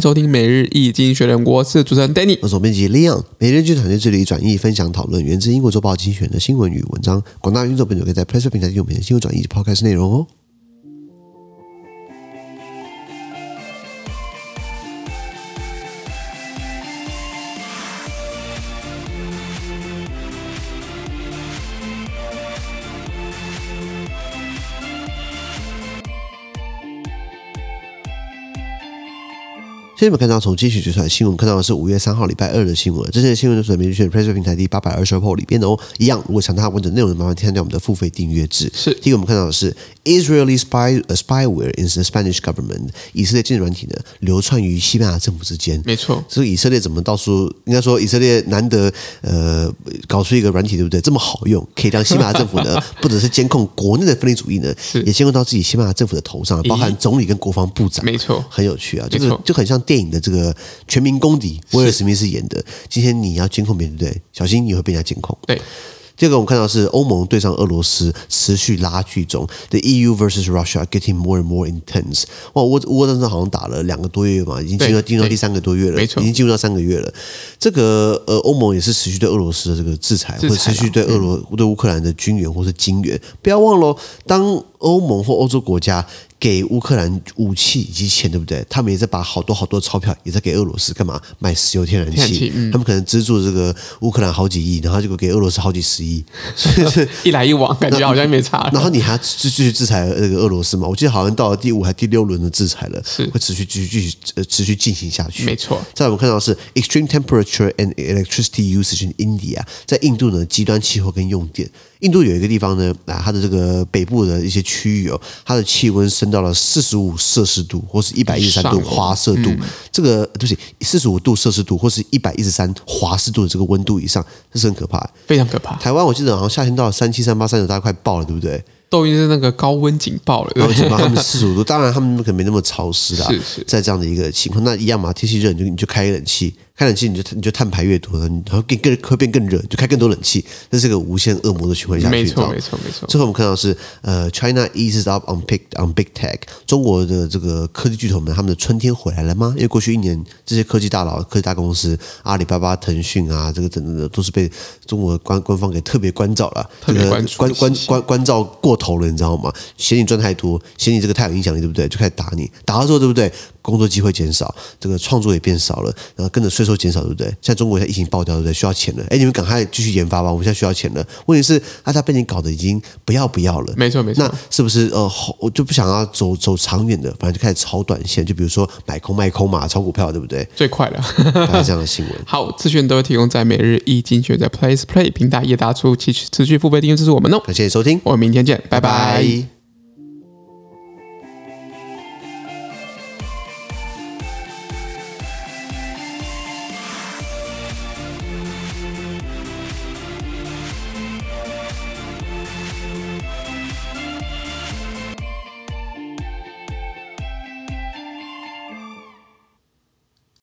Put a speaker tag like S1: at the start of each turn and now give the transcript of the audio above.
S1: 收听每日易经学人，我是主持人 Danny。
S2: 我是总编辑 Leon，每日剧团队这里转译、分享、讨论源自英国《周报》精选的新闻与文章。广大运作朋友可以在 Press Play 平台听我们的新闻转译及 Podcast 内容哦。现在你们看到从精选决出来的新闻，我们看到的是五月三号礼拜二的新闻了。这些新闻都是在每日剧的 Press Play 平台第八百二十二号里边的哦。一样，如果想看它完整内容的，麻烦添加我们的付费订阅制。
S1: 是
S2: 第一个我们看到的是 Israeli spy a spyware in the Spanish government，以色列禁软体呢流窜于西班牙政府之间。
S1: 没错，
S2: 所以以色列怎么到处应该说以色列难得呃搞出一个软体，对不对？这么好用，可以让西班牙政府 呢，不只是监控国内的分离主义呢，也监控到自己西班牙政府的头上，包含总理跟国防部长。
S1: 没错，
S2: 很有趣啊，就
S1: 没
S2: 是
S1: 错
S2: 就很像电影的这个《全民公敌》，威尔史密斯演的。今天你要监控别人，对不对？小心你会被人家监控。
S1: 对，
S2: 第二个我们看到是欧盟对上俄罗斯持续拉锯中，The EU versus Russia are getting more and more intense。哇，俄乌俄战争好像打了两个多月嘛，已经进入
S1: 对
S2: 进入到第三个多月了，
S1: 没错
S2: 已经进入到三个月了。这个呃，欧盟也是持续对俄罗斯的这个制裁，
S1: 制裁啊嗯
S2: 或者持续
S1: 啦
S2: 对俄罗、对乌克兰的军援或是金援。不要忘了哦，当欧盟或欧洲国家给乌克兰武器以及钱，对不对？他们也在把好多好多钞票也在给俄罗斯干嘛？买石油、天然
S1: 天然气嗯
S2: 气。他们可能资助这个乌克兰好几亿，然后结果给俄罗斯好几十 亿，所以是。
S1: 一来一往，感觉好像没差
S2: 然后你还要继续制裁那个俄罗斯嘛？我记得好像到了第五还第六轮的制裁了，
S1: 是
S2: 会持续继续继续呃持续进行下去。
S1: 没错，
S2: 在我们看到的是 extreme temperature and electricity usage in India，在印度呢，极端气候跟用电。印度有一个地方呢，啊，它的这个北部的一些区域哦，它的气温升到了四十五摄氏度或是一百一十三
S1: 上
S2: 度
S1: 哦
S2: 华摄度，这个对不起，四十五度摄氏度或是一百一十三华氏度的这个温度以上，这是很可怕的。
S1: 非常可怕。
S2: 台湾我记得好像夏天到了三七三八三九，大家快爆了，对不对？
S1: 抖音是那个高温警报了，对
S2: 然
S1: 不
S2: 后
S1: 对
S2: 就 把他们四十五度，当然他们可能没那么潮湿啦。
S1: 是是
S2: 在这样的一个情况，那一样嘛，天气热你就你就开冷气，开冷气你就你就碳排越多，然后更更会变更热，你就开更多冷气，这是个无限恶魔的循环下去。
S1: 没
S2: 你知道
S1: 错，
S2: 吗
S1: 没错，没错，
S2: 最后我们看到的是，呃，China eases up on big on big tech，中国的这个科技巨头们，他们的春天回来了吗？因为过去一年，这些科技大佬、科技大公司，阿里巴巴、腾讯啊，这个等等的，都是被中国官官方给特别关照了，
S1: 特别
S2: 这个
S1: 关注
S2: 关关
S1: 是
S2: 关关照过头了，你知道吗？嫌你赚太多，嫌你这个太有影响力，对不对？就开始打你，打了之后，对不对？工作机会减少，这个创作也变少了，然后跟着税收减少，对不对？现在中国现在疫情爆掉，对不对？需要钱了，哎，你们赶快继续研发吧，我们现在需要钱了。问题是，啊，他被你搞得已经不要不要了，
S1: 没错，没错
S2: 那。是不是呃，后我就不想要走走长远的，反正就开始炒短线，就比如说买空卖空嘛，炒股票，对 不对？
S1: 最快了。。
S2: 大概这样的新闻
S1: 好，资讯都会提供在每日易经学在 Place Play 平台，也打出持续持续付费订阅支持我们哦。
S2: 感谢你收听，
S1: 我们明天见，拜拜
S2: 拜